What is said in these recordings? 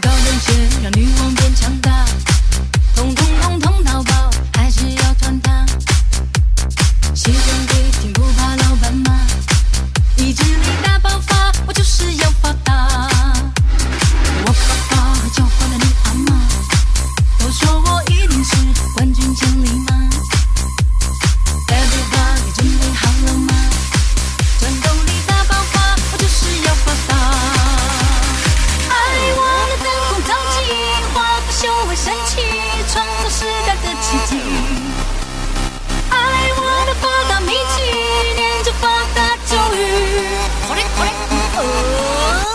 高跟鞋让女王变强大，通通通通到爆，还是要穿它。西装笔挺不怕老板骂，意志力大爆发，我就是要发达。我爸爸教坏了你阿妈，都说我一定是冠军千里马。Everybody 准备好了吗？战斗力大爆发，我就是要发达。爱我的灯光早起，化腐朽为神奇，创造时代的奇迹。爱我的八大秘籍，念着八大咒语。爱我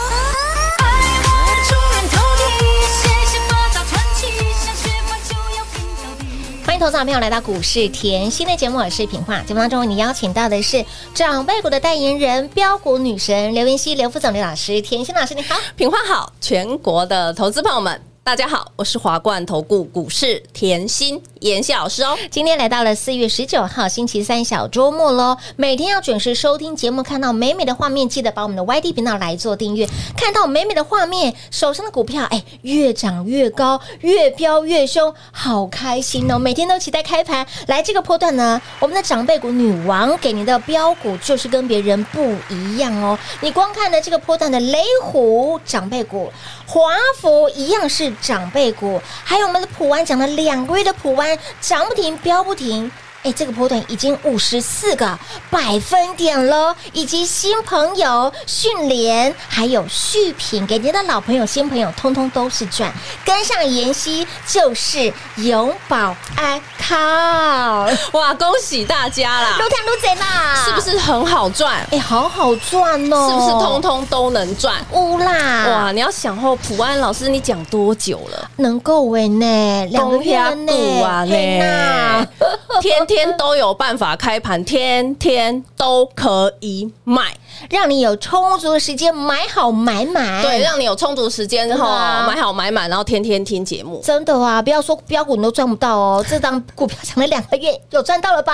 的出人头地，写下八大传奇，想学法就要拼到底。欢迎投资好朋友来到股市甜心的节目，我是品化。节目当中，为你邀请到的是长辈股的代言人标股女神刘云熙、刘副总、刘老师、甜心老师，你好。品花好，全国的投资朋友们，大家好，我是华冠投顾股市甜心妍希老师哦。今天来到了四月十九号星期三小周末喽，每天要准时收听节目，看到美美的画面，记得把我们的 YD 频道来做订阅。看到美美的画面，手上的股票哎越涨越高，越飙越凶，好开心哦！每天都期待开盘。来这个波段呢，我们的长辈股女王给您的标股就是跟别人不一样哦。你光看了这个波段的雷虎长辈股，华孚一样是长辈股，还有我们的普湾讲了两个月的普湾涨不停，飙不停。哎，这个波段已经五十四个百分点喽，以及新朋友训练，还有续品，给您的老朋友、新朋友，通通都是赚。跟上妍希就是永保安 康，哇，恭喜大家啦！撸碳撸贼啦，是不？是很好赚？哎，好好赚哦，啊是不是通通都能赚？乌啦？哇，你要想哦，普安老师，你讲多久了？能够为呢，两个月了呢，股啊嘿呐呢， 天天都有办法开盘，天天都可以买，让你有充足的时间买好买满。对，让你有充足时间哎真的后啊买好买满，然后天天听节目。真的啊，不要说标股你都赚不到哦，这档股票涨了两个月，有赚到了吧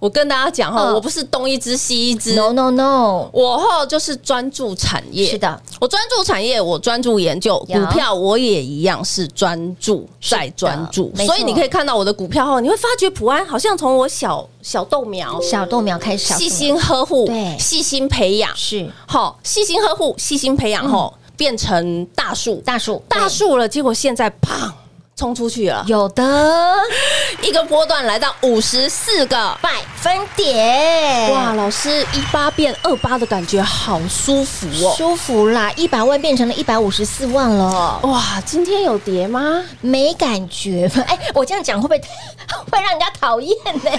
我跟大家讲哈，嗯我不是东一只西一只， ？No No No，我后就是专注产业，是的，我专注产业，我专注研究有股票，我也一样是专注再专注，没错所以你可以看到我的股票后，你会发觉普安好像从我小小豆苗小豆苗开始小豆苗，细心呵护，对细心培养，是嗯好，细心呵护，细心培养后变成大树，大树，大树了，结果现在砰冲出去了对，有的一个波段来到五十四个。百分点，哇，，老师一八变二八的感觉好舒服哦！舒服啦，一百万变成了一百五十四万了，哇，今天有跌吗？没感觉吗？哎，我这样讲会不会 会让人家讨厌呢？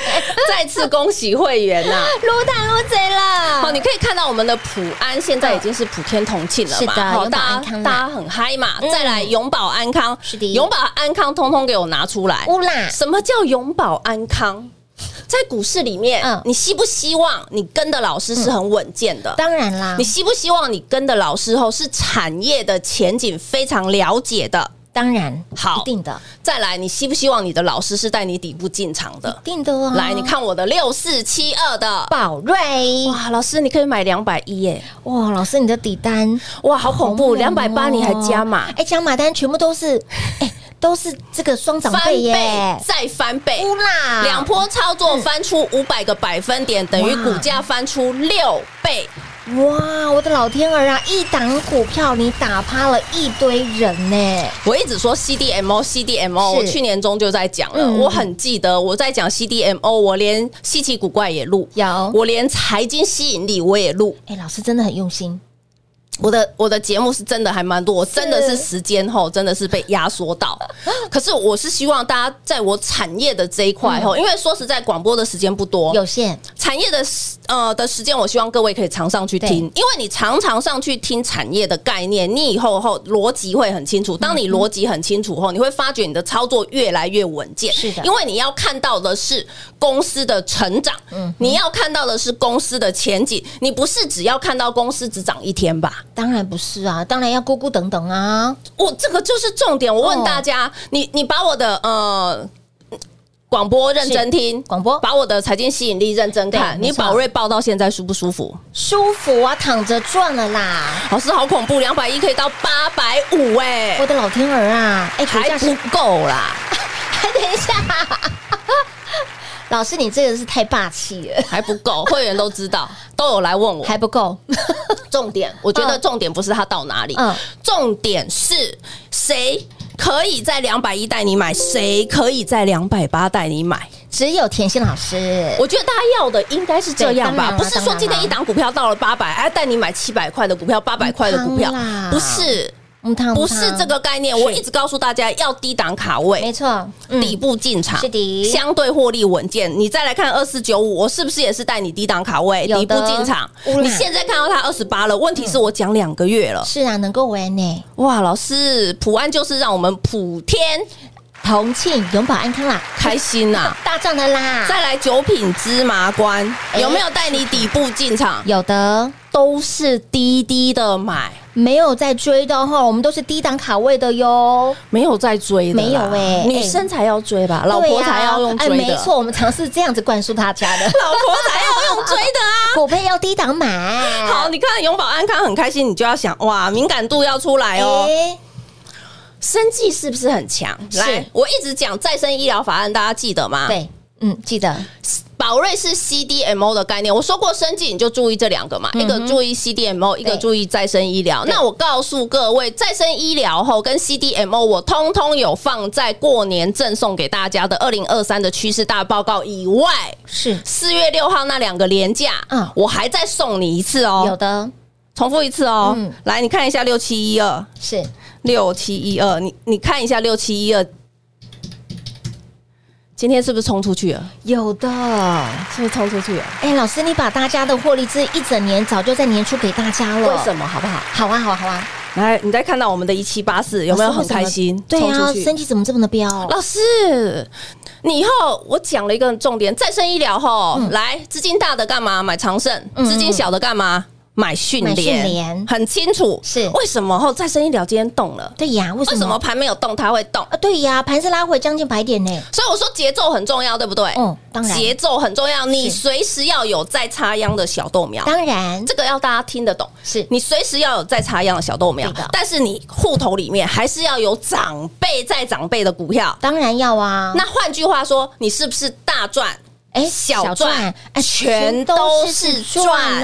再次恭喜会员 呐、 撸蛋撸贼啦！好，你可以看到我们的普安现在已经是普天同庆了嘛？是的好永保大安家康啦大家很嗨嘛。嗯再来永保安康，是的永保安康通通给我拿出来。乌啦什么叫永保安康？在股市里面，嗯你希不希望你跟的老师是很稳健的？当然啦，你希不希望你跟的老师后是产业的前景非常了解的？当然好一定的，再来，你希不希望你的老师是带你底部进场的一？定的啊！来，你看我的六四七二的，宝瑞，哇，老师你可以买两百一耶，哇，老师你的底单哇，好恐哦怖，哦两百八你还加码哎、，加码单全部都 是，哎、都是这个双长翻辈耶，倍再翻倍，乌啦，两波操作翻出五百个百分点，等于哇股价翻出六倍，哇，我的老天儿啊！一档股票你打趴了一堆人呢、我一直说 CDMO CDMO，是我去年中就在讲了，嗯我很记得我在讲 CDMO，我连稀奇古怪也录，有我连财经吸引力我也录，哎、老师真的很用心，我的我的节目是真的还蛮多，我真的是时间后真的是被压缩到。 可是我是希望大家在我产业的这一块吼，因为说实在广播的时间不多，嗯有限，产业的时呃的时间，我希望各位可以常上去听，对因为你常常上去听产业的概念，你以后后逻辑会很清楚。嗯当你逻辑很清楚后，你会发觉你的操作越来越稳健。是的因为你要看到的是公司的成长，嗯你要看到的是公司的前景，你不是只要看到公司只涨一天吧？当然不是啊，当然要咕咕等等啊，我这个就是重点。我问哦大家，你你把我的呃。广播认真听，广播把我的财经吸引力认真看。对没你错宝瑞报到现在舒不舒服？舒服啊，躺着赚了啦，老师好恐怖，两百一可以到八百五哎我，的老天儿啊，哎，股还价是不够 啦，等一下， 老师，你这个是太霸气了，还不够，会员都知道，都有来问我。还不够。 重点，我觉得嗯重点不是它到哪里嗯，重点是谁可以在两百一带你买，谁可以在两百八带你买。只有甜心老师，我觉得大家要的应该是这样吧，对当然啦不是当说然啦今天一档股票到了八百，哎，带你买七百块的股票，八百块的股票当然啦，不是。嗯汤不是这，个概念，是我一直告诉大家要低档卡位，没错，嗯底部进场，是的相对获利稳健。你再来看二四九五，我是不是也是带你低档卡位，有的底部进场？乌拉你现在看到它二十八了，问题是我讲两个月了，是啊，能够玩呢。哇，老师，普安就是让我们普天同庆永保安康啦，开 心呐、大赚的啦，再来九品芝麻官哎有没有带你底部进场？有的都是低低的买，没有在追的哈，我们都是低档卡位的哟。没有在追的啦，没有哎女生才要追吧，老对婆呀才要用哎追的，，没错，我们尝试这样子灌输大家的 老婆才要用追的啊。 股票要低档买。好，你看永保安康很开心，你就要想哇，敏感度要出来哦。哎，生技是不是很强？是来，我一直讲再生医疗法案，大家记得吗？，对，嗯，记得宝瑞是 CDMO 的概念，我说过生技，你就注意这两个嘛，一个注意 CDMO，一个注意再生医疗。那我告诉各位，再生医疗后跟 CDMO，我通通有放在过年赠送给大家的二零二三的趋势大报告以外，是四月六号那两个连假，嗯我还再送你一次哦，有的，重复一次哦。嗯来，你看一下六七一二是六七一二，你你看一下六七一二，今天是不是冲出去了？有的。是不是冲出去了？哎，老师，你把大家的获利这一整年早就在年初给大家了，为什？么？好不好？好啊，好啊，好啊，来，你再看到我们的一七八四，有没有很开心？对冲啊出，去啊身体怎么这么的彪？老师，你以后我讲了一个重点，再生医疗吼，来资金大的干嘛买长盛，嗯资金小的干嘛买训买练，讯联很清楚是为什么后再生医疗今天动了，对呀，为什为什么么？盘没有动它会动？啊，对呀，盘是拉回将近百点呢。所以我说节奏很重要，对不对？嗯，当然，节奏很重要，你随时要有在插秧的小豆苗。当然这个要大家听得懂，是你随时要有在插秧的小豆苗对的，但是你户头里面还是要有长辈在长辈的股票。当然要啊。那换句话说，你是不是大赚？哎，小赚哎，全都是啊赚啊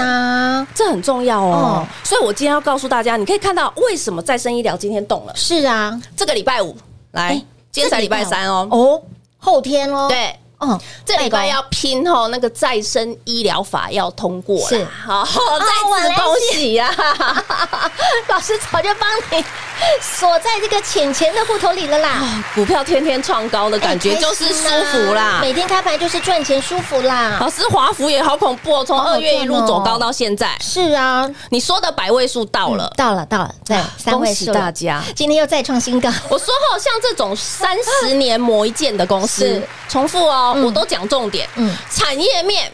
呐。这很重要哦哦。所以我今天要告诉大家，你可以看到为什么再生医疗今天动了。是啊，这个礼拜五来，哎今天才礼拜三哦。哦，后天喽。，对，嗯，这礼拜拜要拼哦，那个再生医疗法要通过了是好，再次恭喜呀、啊！ 拜老师早就帮你锁在这个钱钱的户头里了啦。股票天天创高的哎感觉就是舒服开心。啊啦每天开盘就是赚钱舒服啦。老师，华孚也好恐怖哦，从好好二月一路赚哦走高到现在，是啊，你说的百位数到了，到了啊到了，对，三恭位喜数大了，家！今天又再创新高。我说后，像这种三十年磨一剑的公司是，重复哦，嗯我都讲重点，嗯产业面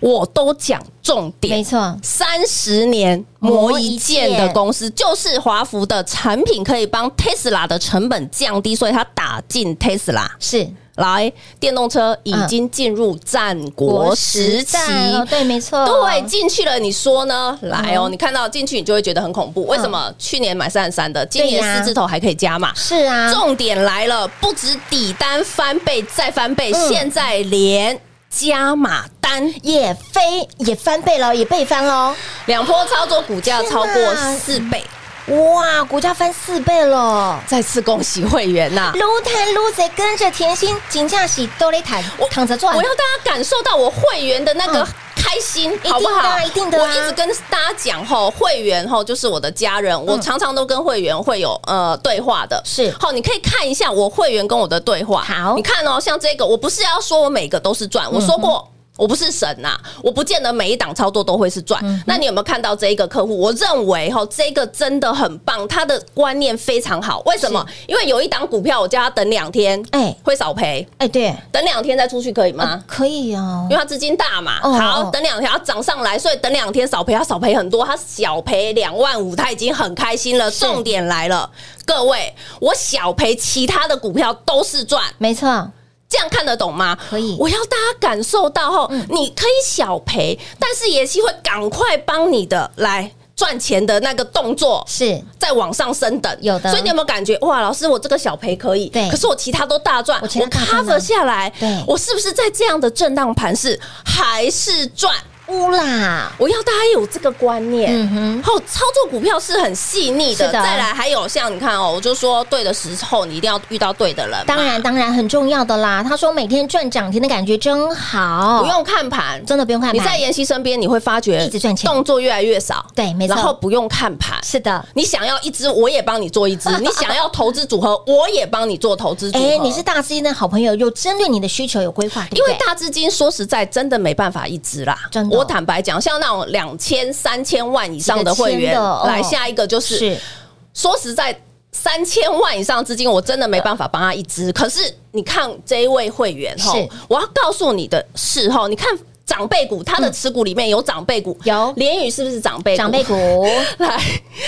我都讲重点，没错三十年磨一剑的公司，就是华孚的产品可以帮 Tesla 的成本降低，所以它打进 Tesla。是来，电动车已嗯经进入战国时期。战哦对，没错，对，进去了，你说呢？来哦，嗯你看到进去，你就会觉得很恐怖。为什么？去年买三十三的，今年对呀四字头还可以加码。是啊，重点来了，不止底单翻倍再翻倍，嗯现在连加码单也飞也翻倍了，哦也倍翻喽，两波操作，股价超天过哪四倍。哇，股价翻四倍了。再次恭喜会员呐、撸探撸贼跟着甜心，金价喜都得谈我，躺着赚啊我。要大家感受到我会员的那个嗯开开心，的啊好不好？一定的啊我一直跟大家讲吼，会员吼就是我的家人，我常常都跟会员会有呃对话的。嗯是好，你可以看一下我会员跟我的对话。好嗯你看哦，像这个，我不是要说我每个都是赚，我说过。我不是神呐、我不见得每一档操作都会是赚。嗯那你有没有看到这一个客户？我认为哈，这个真的很棒，他的观念非常好。为什么？因为有一档股票，我叫他等两天，哎会少赔，哎，对，等两天再出去可以吗？啊可以啊因为，它资金大嘛，哦好哦，等两天它涨上来，所以等两天少赔，它少赔很多，它小赔两万五，它已经很开心了。重点来了，各位，我小赔其他的股票都是赚，没错，这样看得懂吗？可以嗯我要大家感受到后，你可以小赔，但是妍希会赶快帮你的来赚钱的那个动作是再往上升等，有的所以你有没有感觉哇？老师，我这个小赔可以，对可是我其他都大赚，我其他大赚啊 cover 下来，对我是不是在这样的震荡盘势还是赚？乌啦，我要大家有这个观念，嗯哼后操作股票是很细腻的。是的再来还有像你看哦，我就说对的时候你一定要遇到对的人嘛，当然当然很重要的啦。他说每天赚涨停的感觉真好，不用看盘，真的不用看你盘，在妍希身边，你会发觉一直赚钱动作越来越少，对没错然后不用看盘。是的，你想要一只，我也帮你 做一只；你想要投资组合，我也帮你做投资组合。哎，你是大资金的好朋友，有针对你的需求有规划，对因不为对？大资金说实在真的没办法一支啦，真的哦我坦白讲，像那种两千、三千万以上的会几个员千的哦，来下一个就是是说实在。三千万以上资金，我真的没办法帮他一支。可是你看这一位会员吼是，我要告诉你的是吼，你看长辈股，他的持股里面有长辈股，嗯有联宇是不是长辈？长辈股 来，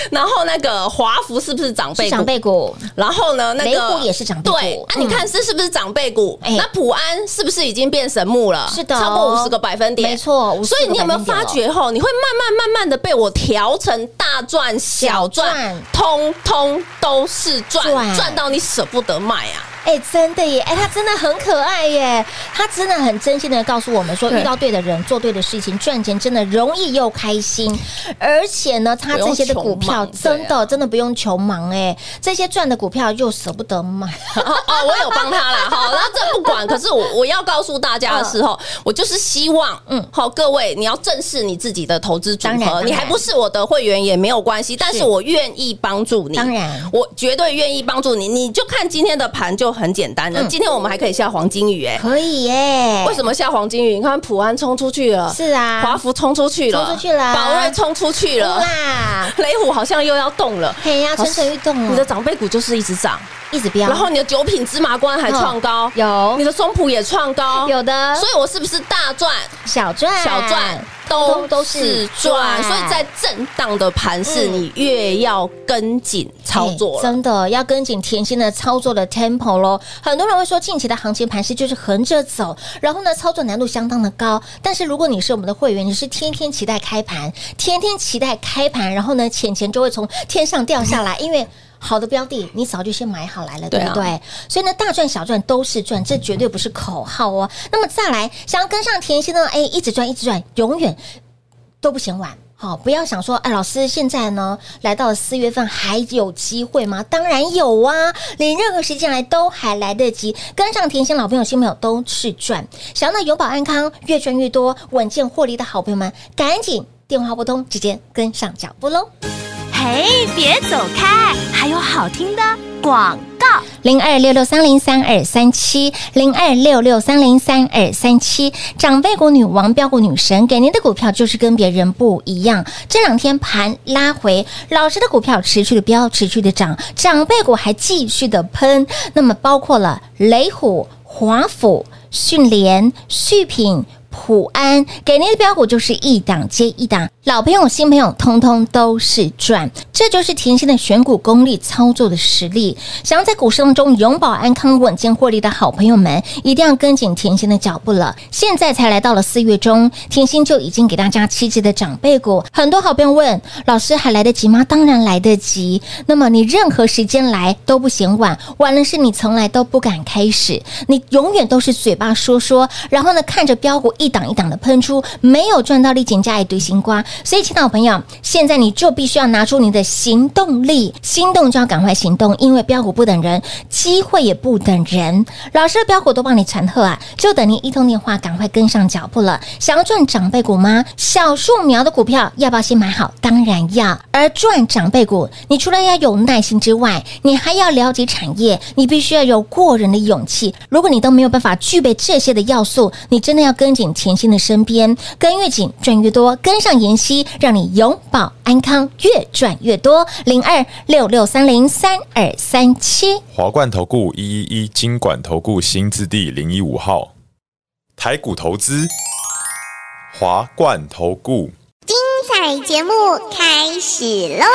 然后那个华孚是不是长辈是股长？辈股，然后呢，那雷个虎也是长辈股对，嗯那、你看这是不是长辈股？哎那普安是不是已经变神木了？是的哦超过五十个百分点，没错54所以你有没有个百发分点哦觉吼，你会慢慢慢慢的被我调成大赚、小小赚赚，通通都是赚，赚赚到你舍不得卖啊！哎、真的耶！哎、他真的很可爱耶，他真的很真心的告诉我们说，对遇到对的人，做对的事情，赚钱真的容易又开心。而且呢，他这些的股票不用穷忙啊真的、真的不用穷忙哎，这些赚的股票又舍不得 买，哦，哦我有帮 他啦，好，那这不管。可是我我要告诉大家的时候，嗯我就是希望，嗯，好，各位，你要正视你自己的投资组当然当合，然你还不是我的会员也没有关系，但是我愿意帮助你，当然我绝对愿意帮助你。你就看今天的盘就很简单了，嗯今天我们还可以下黄金雨，哎，可以耶。为什么下黄金雨？你看普安冲出去了，是啊华孚冲出去了，冲出去了宝瑞冲出去了，啦？雷虎好像又要动了，嘿呀，蠢蠢欲动你的了，长辈股就是一直涨。一直飙，然后你的九品芝麻官还创高，嗯有你的松浦也创高，有的所以我是不是大赚小赚小赚？都都都是是赚赚，所以在震荡的盘势，嗯你越要跟紧操哎作了。真的要跟紧甜心的操作的 tempo 咯。很多人会说近期的行情盘势就是横着走，然后呢操作难度相当的高。但是如果你是我们的会员，你是天天期待开盘，天天期待开盘，然后呢钱钱就会从天上掉下来，因为。好的标的，你早就先买好来了，对嗯对啊不对？所以呢，大赚小赚都是赚，这绝对不是口号哦。那么再来，想要跟上甜心呢，哎，一直赚，一直赚，永远都不嫌晚。好，不要想说，哎，老师，现在呢，来到了四月份还有机会吗？当然有啊，你任何时间来都还来得及，跟上甜心老朋友、新朋友都是赚。想要那永保安康越赚越多、稳健获利的好朋友们，赶紧电话拨通，直接跟上脚步喽。嘿，别走开，还有好听的广告。零二六六三零三二三七，零二六六三零三二三七，长辈股女王标股女神给您的股票就是跟别人不一样。这两天盘拉回，老师的股票持续的飙，持续的涨，长辈股还继续的喷。那么包括了雷虎、华府、迅联、旭品。普安给您的标股就是一档接一档，老朋友、新朋友通通都是赚，这就是甜心的选股功力、操作的实力。想要在股市当中永保安康、稳健获利的好朋友们，一定要跟紧甜心的脚步了。现在才来到了四月中，甜心就已经给大家七只的长辈股，很多好朋友问老师还来得及吗？当然来得及。那么你任何时间来都不嫌晚，晚了是你从来都不敢开始，你永远都是嘴巴说说，然后呢看着标股一。一档一档的喷出，没有赚到利减价也堆心瓜。所以，亲爱的朋友，现在你就必须要拿出你的行动力，心动就要赶快行动，因为标股不等人，机会也不等人。老师的标股都帮你传贺啊，就等您一通电话，赶快跟上脚步了。想要赚长辈股吗？小树苗的股票要不要先买好？当然要。而赚长辈股，你除了要有耐心之外，你还要了解产业，你必须要有过人的勇气。如果你都没有办法具备这些的要素，你真的要跟紧甜心的身边，跟越紧赚越多，跟上妍希，让你永保安康，越赚越多。零二六六三零三二三七。华冠投顾一一一金管投顾新字第零一五号，台股投资，华冠投顾。 彩节目开始喽！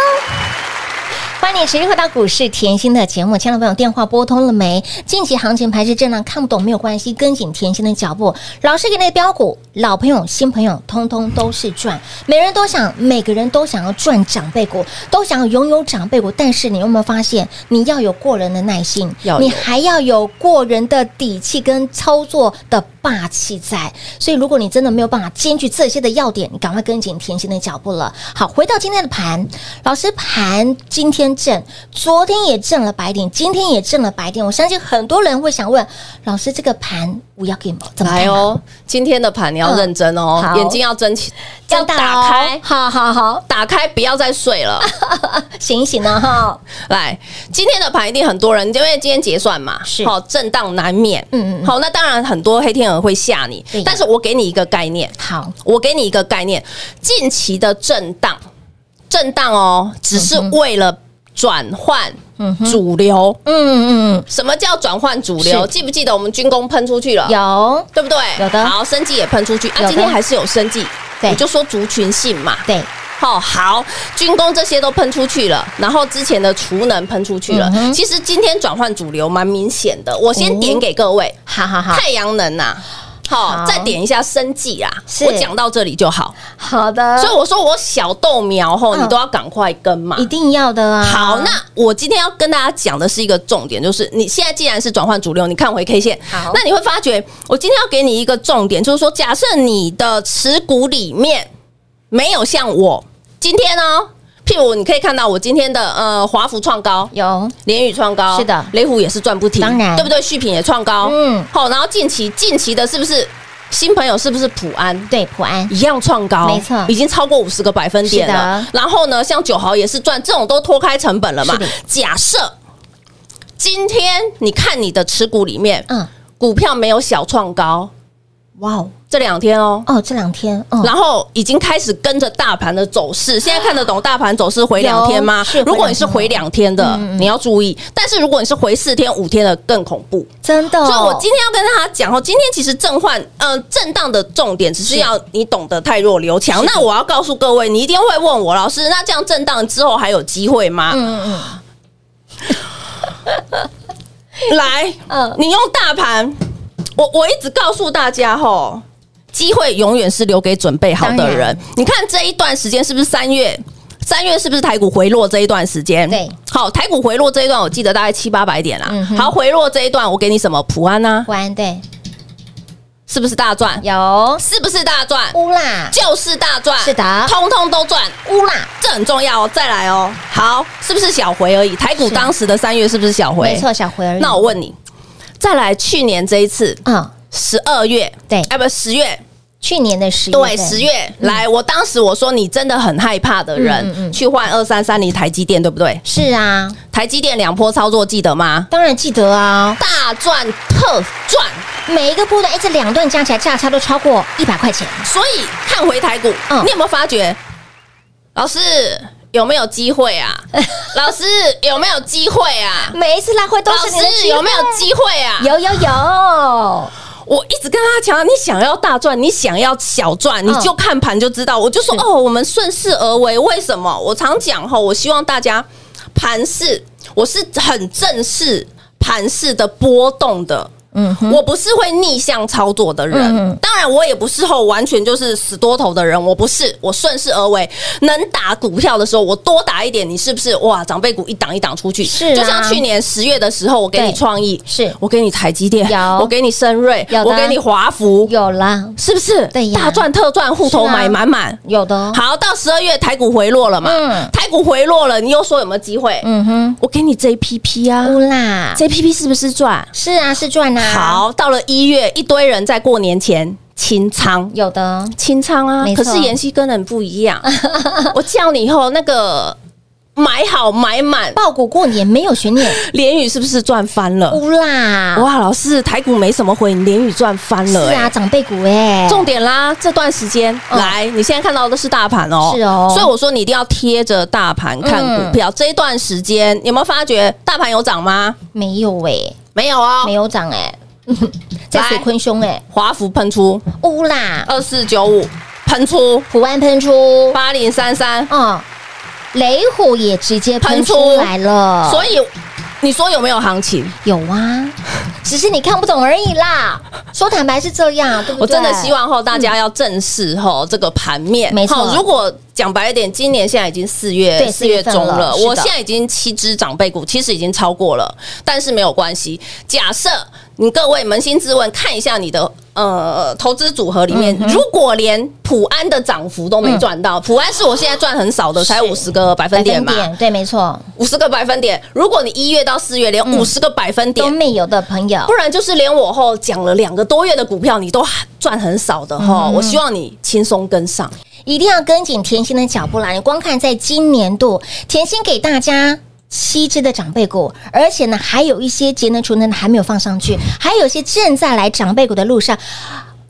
欢迎你持续回到股市甜心的节目，亲爱的朋友，电话拨通了没？近期行情盘是震荡，看不懂没有关系，跟紧甜心的脚步。老师给你的标股，老朋友、新朋友，通通都是赚。每人都想，每个人都想要赚长辈股，都想要拥有长辈股。但是你有没有发现，你要有过人的耐心，要有你还要有过人的底气跟操作的霸气在。所以，如果你真的没有办法兼具这些的要点，你赶快跟紧甜心的脚步了。好，回到今天的盘，老师盘今天震，昨天也震了白点，今天也震了白点。我相信很多人会想问，老师这个盘我要给怎么看啊来？哦，今天的盘你要认真哦，嗯好哦眼睛要睁起，要要打开，好好好，打开，不要再 睡了。醒一醒呢哈，来，今天的盘一定很多人，因为今天结算嘛，是好震荡难免。嗯嗯嗯好，那当然很多黑天鹅会吓你对呀，但是我给你一个概念，好，我给你一个概念，近期的震荡，震荡哦，只是为了转换主流。嗯嗯什么叫转换主流？是记不记得我们军工喷出去了嗯，？有对不对？有的好，生技也喷出去，有啊，的今天还是有生技，对我就说族群性嘛。对，哦，好，军工这些都喷出去了，然后之前的储能喷出去了。嗯哼其实今天转换主流蛮明显的，我哦先点给各位、好好好，太阳能呐、好，好再点一下生技啊，是我讲到这里就好。好的，所以我说我小豆苗吼，嗯你都要赶快跟嘛一。定要的啊。好，那我今天要跟大家讲的是一个重点，就是你现在既然是转换主流，你看回 K 线好，那你会发觉，我今天要给你一个重点，就是说，假设你的持股里面没有像我今天哦，譬如你可以看到我今天的呃华孚创高。有联宇创高是的雷虎也是赚不停，当然对不对？续品也创高，嗯嗯，好，然后近期近期的是不是新朋友是不是普安？对普安一样创高，没错已经超过五十个百分点了是。然后呢，像九豪也是赚，这种都脱开成本了嘛是的。假设今天你看你的持股里面，嗯，股票没有小创高，哇哦，这两天哦。哦，这两天，嗯，然后已经开始跟着大盘的走势，现在看得懂大盘走势回两天吗有是回？如果你是回两天的嗯嗯，嗯你要注意；但是如果你是回四天、五天的，更恐怖。真的哦，所以我今天要跟大家讲哦，今天其实震换，呃，震荡的重点只是要你懂得太弱留强。那我要告诉各位，你一定会问我老师，那这样震荡之后还有机会吗？嗯嗯 来，嗯你用大盘，我我一直告诉大家吼。机会永远是留给准备好的当然人。你看这一段时间是不是三月？三月是不是台股回落这一段时间？对，好，台股回落这一段，我记得大概七八百点啦。嗯哼好，回落这一段，我给你什么？普安啊嗯，，普安对，是不是大赚？有是不是大赚？乌啦就是大赚，是的通通都赚，乌啦，这很重要哦。再来哦，好，是不是小回而已？台股是啊当时的三月是不是小回？没错，。小回而已。那我问你，再来去年这一次嗯，十二月，对哎不十月，去年的十对十月，来，我当时我说你真的很害怕的嗯嗯人嗯去换二三三零台积电，对不对？是啊，台积电两波操作记得吗？当然记得啊，大赚特赚，每一个波段，哎，这两段加起来价差都超过一百块钱，所以看回台股，嗯你有没有发觉，老师有没有机会 啊？老师有没有机会啊？每一次拉会都老是你的师机会啊有没有机会啊？有有有，我一直跟他强调，你想要大赚，你想要小赚，嗯你就看盘就知道。我就说是哦，我们顺势而为。为什么？我常讲哈，我希望大家盘势，我是很正视盘势的波动的。嗯哼，我不是会逆向操作的人，嗯当然我也不是后完全就是死多头的人，我不是，我顺势而为。能打股票的时候，我多打一点，你是不是哇？长辈股一档一档出去，是啊就像去年十月的时候，我给你对创意，是我给你台积电，有我给你深瑞有，的我给你华孚，有啦，是不是？对呀大赚特赚，户头是啊买满满。有的哦，好，到十二月台股回落了嘛？嗯台股回落了，你又说有没有机会？嗯哼，我给你 JPP 啊乌啦， ，JPP 是不是赚？是啊，是赚啊，，好，到了一月，一堆人在过年前清仓。有的，哦清仓啊没，可错是妍希跟人不 一样。我叫你以后那个买好 买满，爆股过年没有悬 念，联宇是不是赚翻了？乌啦，哇，老师，台股没什么回，你联宇赚翻是了、欸。啊，长辈股哎，重点啦，这段时间、哦嗯来，你现在看到的是大盘哦，是哦所以我说你一定要贴着大盘看股票。这一段时间有没有发觉大盘有涨吗？没有哎，没有哦，没有涨 哎，在水坤兄哎，华孚喷出乌啦，二四九五，喷出虎安喷出，八零三三，嗯，雷虎也直接喷喷出出来了，所以你说有没有行情？有啊，只是你看不懂而已啦。说坦白是这样，对不对？嗯我真的希望后大家要正视吼这个盘面，没错吼如果讲白一点，今年现在已经四对月四月中四月份了了，是的我现在已经七只长辈股，其实已经超过了，但是没有关系。假设你各位扪心自问，看一下你的。呃，投资组合里面，嗯如果连普安的涨幅都没赚到，普安是我现在赚很少的，才五十个百分百点分嘛，点，对，没错，五十个百分点。如果你一月到四月连嗯五十个百分点都没有的朋友不，然就是连我后讲了两个多月的股票，你都赚很少的哈。我希望你轻松跟上，一定要跟紧甜心的脚步啦。你光看在今年度，甜心给大家。七只的长辈股，而且呢，还有一些节能储能的还没有放上去，还有一些正在来长辈股的路上。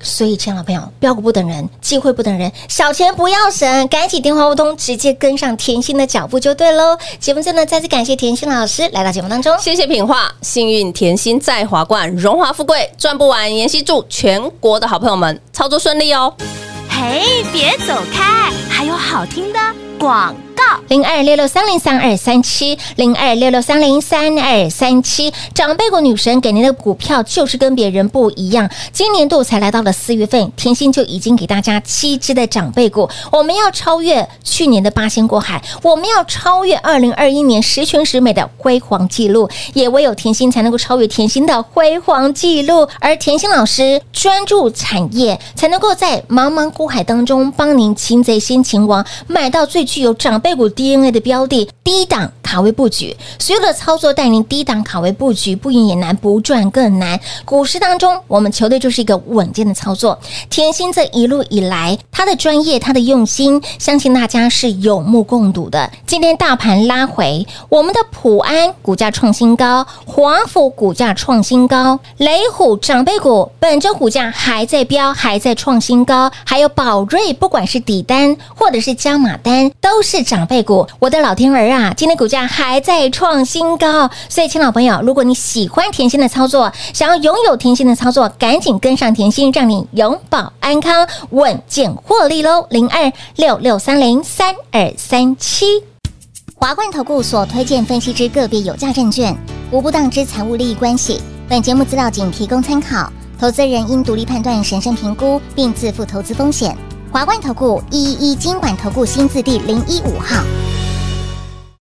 所以，亲爱的朋友，标股不等人，机会不等人，小钱不要省，赶紧电话拨通，直接跟上甜心的脚步就对喽。节目最后呢，再次感谢甜心老师来到节目当中。谢谢品画，幸运甜心在华冠，荣华富贵赚不完。妍希祝全国的好朋友们操作顺利哦。嘿，别走开，还有好听的广告。零二六六三零三二三七，零二六六三零三二三七。长辈股女神给您的股票就是跟别人不一样。今年度才来到了四月份，甜心就已经给大家七只的长辈股，我们要超越去年的八仙过海，我们要超越二零二一年十全十美的辉煌记录，也唯有甜心才能够超越甜心的辉煌记录。而甜心老师专注产业，才能够在茫茫股海当中帮您擒贼先擒王，买到最具有长辈股 DNA 的标的，低档卡位布局。所有的操作带您低档卡位布局，不赢也难，不赚更难。股市当中，我们球队就是一个稳健的操作。甜心这一路以来，他的专业，他的用心，相信大家是有目共睹的。今天大盘拉回，我们的普安股价创新高，华府股价创新高，雷虎长辈股本周股价还在飙，还在创新高，还有宝瑞，不管是底单或者是加码单，都是长辈股。我的老天儿啊，今天股价还在创新高，所以，亲老朋友，如果你喜欢甜心的操作，想要拥有甜心的操作，赶紧跟上甜心，让你永保安康，稳健获利喽！零二六六三零三二三七。华冠投顾所推荐分析之个别有价证券，无不当之财务利益关系。本节目资料仅提供参考，投资人应独立判断、审慎评估，并自负投资风险。华冠投顾一一一金管投顾新字第零一五号。